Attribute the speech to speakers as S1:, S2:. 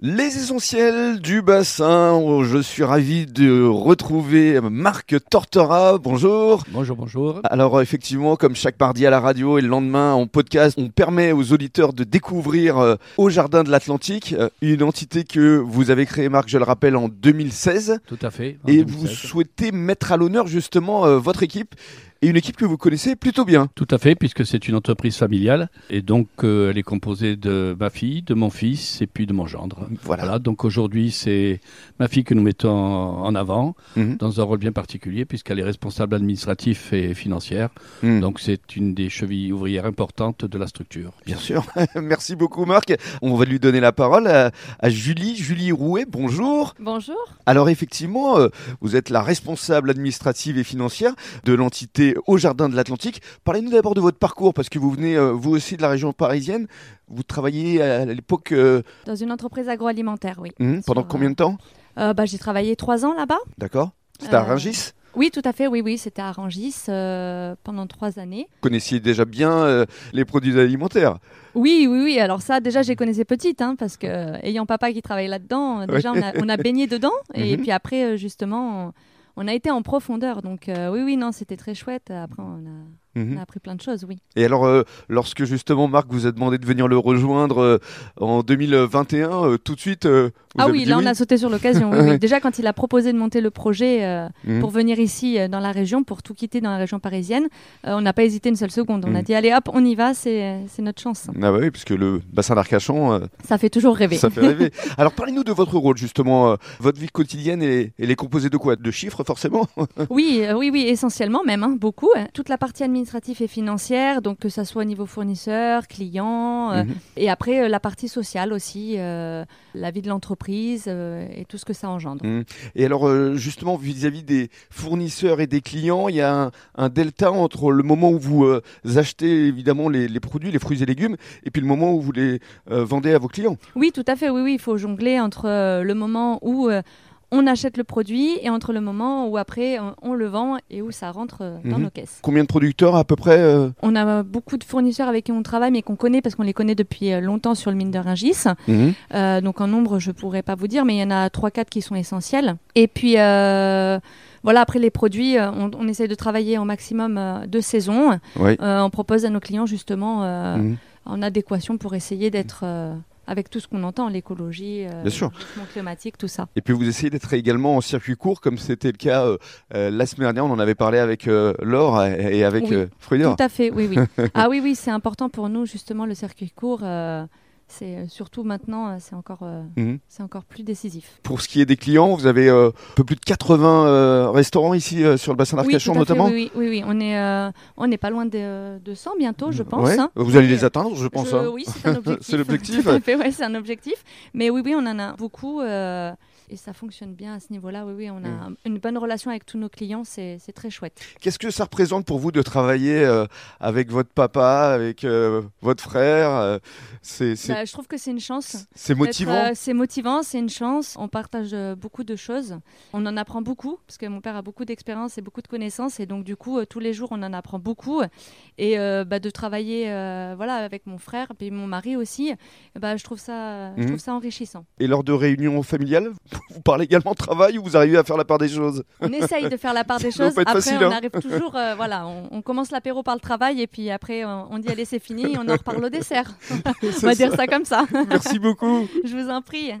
S1: Les essentiels du bassin. Je suis ravi de retrouver Marc Tortora. Bonjour.
S2: Bonjour, bonjour.
S1: Alors effectivement, comme chaque mardi à la radio et le lendemain en podcast, on permet aux auditeurs de découvrir euh, au Jardin de l'Atlantique, euh, une entité que vous avez créée, Marc, je le rappelle, en 2016.
S2: Tout à fait. en
S1: Et
S2: 2016.
S1: vous souhaitez mettre à l'honneur justement euh, votre équipe et une équipe que vous connaissez plutôt bien.
S2: Tout à fait, puisque c'est une entreprise familiale. Et donc, euh, elle est composée de ma fille, de mon fils et puis de mon gendre.
S1: Voilà.
S2: Voilà, donc aujourd'hui, c'est ma fille que nous mettons en avant,
S1: Mhm.
S2: dans un rôle bien particulier, puisqu'elle est responsable administrative et financière.
S1: Mm.
S2: Donc, c'est une des chevilles ouvrières importantes de la structure.
S1: Bien sûr. Merci beaucoup, Marc. On va lui donner la parole à, à Julie. Julie Rouet, bonjour.
S3: Bonjour.
S1: Alors, effectivement, euh, vous êtes la responsable administrative et financière de l'entité Au Jardin de l'Atlantique. Parlez-nous d'abord de votre parcours, parce que vous venez, euh, vous aussi, de la région parisienne. Vous travaillez à l'époque euh,
S3: Dans une entreprise agroalimentaire, oui.
S1: hum, pendant
S3: Sur, euh,
S1: combien de temps
S3: Euh, bah, j'ai travaillé trois ans là-bas.
S1: D'accord C'était à
S3: Euh,
S1: Rungis
S3: Oui, tout à fait, oui, oui, c'était à Rangis euh, pendant trois années.
S1: Vous connaissiez déjà bien euh, les produits alimentaires.
S3: Oui, oui, oui, alors ça, déjà, je les connaissais petite, hein, parce que euh, ayant papa qui travaillait là-dedans, euh, déjà, on, a, on a baigné dedans. Et
S1: Mhm.
S3: puis après, euh, justement, on, on a été en profondeur. Donc, euh, oui, oui, non, c'était très chouette. Après, on a, on
S1: Mhm.
S3: a appris plein de choses, oui.
S1: Et alors, euh, lorsque justement Marc vous a demandé de venir le rejoindre euh, en 2021, euh, tout de suite, euh, vous
S3: ah
S1: avez
S3: oui,
S1: dit
S3: là,
S1: oui
S3: on a sauté sur l'occasion. oui, oui. Déjà, quand il a proposé de monter le projet. euh,
S1: Hum.
S3: pour venir ici euh, dans la région, pour tout quitter dans la région parisienne. Euh, on n'a pas hésité une seule seconde. On
S1: Mm.
S3: a dit allez hop, on y va, c'est euh, c'est notre chance.
S1: Ah bah oui, puisque le bassin d'Arcachon, euh,
S3: Ça fait toujours rêver.
S1: ça fait rêver. Alors parlez-nous de votre rôle justement. euh, votre vie quotidienne, elle est, elle est composée de quoi De chiffres forcément
S3: Oui, euh, oui, oui, essentiellement même, hein, beaucoup. hein. Toute la partie administrative et financière, donc que ça soit au niveau fournisseur, client, euh,
S1: Mhm.
S3: et après euh, la partie sociale aussi, euh, la vie de l'entreprise euh, et tout ce que ça engendre.
S1: Mm. Et alors euh, justement vis-à-vis des fournisseurs et des clients, il y a un, un delta entre le moment où vous euh, achetez évidemment les, les produits, les fruits et légumes, et puis le moment où vous les euh, vendez à vos clients.
S3: Oui, tout à fait, oui, oui, il faut jongler entre euh, le moment où... euh, on achète le produit et entre le moment où après on, on le vend et où ça rentre euh, dans
S1: Mhm.
S3: nos caisses.
S1: Combien de producteurs à peu près euh
S3: On a beaucoup de fournisseurs avec qui on travaille, mais qu'on connaît parce qu'on les connaît depuis euh, longtemps sur le mine de Ringis. Euh, donc en nombre, je pourrais pas vous dire, mais il y en a 3-4 qui sont essentiels. Et puis, euh, voilà, après les produits, euh, on, on essaye de travailler au maximum euh, de saison.
S1: Oui.
S3: Euh, on propose à nos clients justement euh,
S1: Mhm.
S3: en adéquation pour essayer d'être euh, avec tout ce qu'on entend, l'écologie, euh,
S1: Bien sûr.
S3: le changement climatique, tout ça.
S1: Et puis vous essayez d'être également en circuit court, comme c'était le cas euh, euh, la semaine dernière. On en avait parlé avec euh, Laure et, et avec
S3: Oui.
S1: euh, Freuder.
S3: Tout à fait, oui, oui. ah oui, oui, c'est important pour nous justement le circuit court. euh, c'est euh, surtout maintenant, euh, c'est encore, euh,
S1: Mhm.
S3: c'est encore plus décisif.
S1: Pour ce qui est des clients, vous avez euh, un peu plus de 80 euh, restaurants ici euh, sur le bassin
S3: Oui,
S1: d'Arcachon
S3: tout à fait,
S1: notamment.
S3: oui, oui, oui, oui. on est, euh, on n'est pas loin de, euh, de 100 bientôt, je pense.
S1: Mm, Ouais.
S3: hein.
S1: Vous allez
S3: Oui,
S1: les atteindre, je pense.
S3: je-
S1: hein.
S3: Oui, c'est un objectif.
S1: C'est l'objectif.
S3: Tout à fait, ouais, c'est un objectif. Mais oui, oui, on en a beaucoup euh, et ça fonctionne bien à ce niveau-là. Oui, oui, on a
S1: Mm.
S3: une bonne relation avec tous nos clients, c'est c'est très chouette.
S1: Qu'est-ce que ça représente pour vous de travailler euh, avec votre papa, avec euh, votre frère euh, C'est c'est-
S3: Bah, je trouve que c'est une chance.
S1: c'est
S3: d'être,
S1: motivant.
S3: euh, c'est motivant, c'est une chance. On partage euh, beaucoup de choses. On en apprend beaucoup parce que mon père a beaucoup d'expérience et beaucoup de connaissances et donc du coup euh, tous les jours on en apprend beaucoup. Et euh, bah, de travailler euh, voilà avec mon frère et mon mari aussi, bah, je trouve ça je
S1: Mhm.
S3: trouve ça enrichissant.
S1: Et lors de réunions familiales, vous parlez également travail ou vous arrivez à faire la part des choses
S3: On essaye de faire la part des
S1: Ça doit
S3: choses.
S1: pas être
S3: Après
S1: facile,
S3: on
S1: hein.
S3: arrive toujours euh, voilà on, on commence l'apéro par le travail et puis après on, on dit allez c'est fini on en reparle au dessert. on va
S1: C'est ça.
S3: dire ça comme ça.
S1: Merci beaucoup.
S3: je vous en prie.